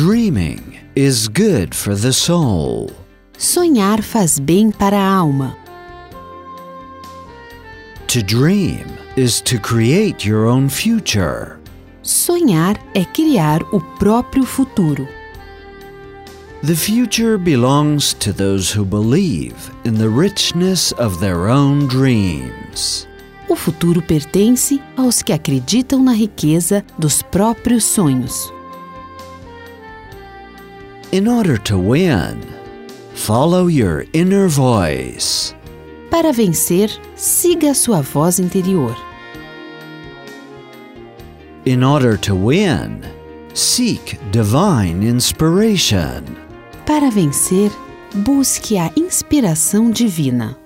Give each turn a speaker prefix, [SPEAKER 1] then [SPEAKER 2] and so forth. [SPEAKER 1] Dreaming is good for the soul.
[SPEAKER 2] Sonhar faz bem para a alma.
[SPEAKER 1] To dream is to create your own future.
[SPEAKER 2] Sonhar é criar o próprio futuro.
[SPEAKER 1] The future belongs to those who believe in the richness of their own dreams.
[SPEAKER 2] O futuro pertence aos que acreditam na riqueza dos próprios sonhos.
[SPEAKER 1] In order to win, follow your inner voice.
[SPEAKER 2] Para vencer, siga a sua voz interior.
[SPEAKER 1] In order to win, seek divine inspiration.
[SPEAKER 2] Para vencer, busque a inspiração divina.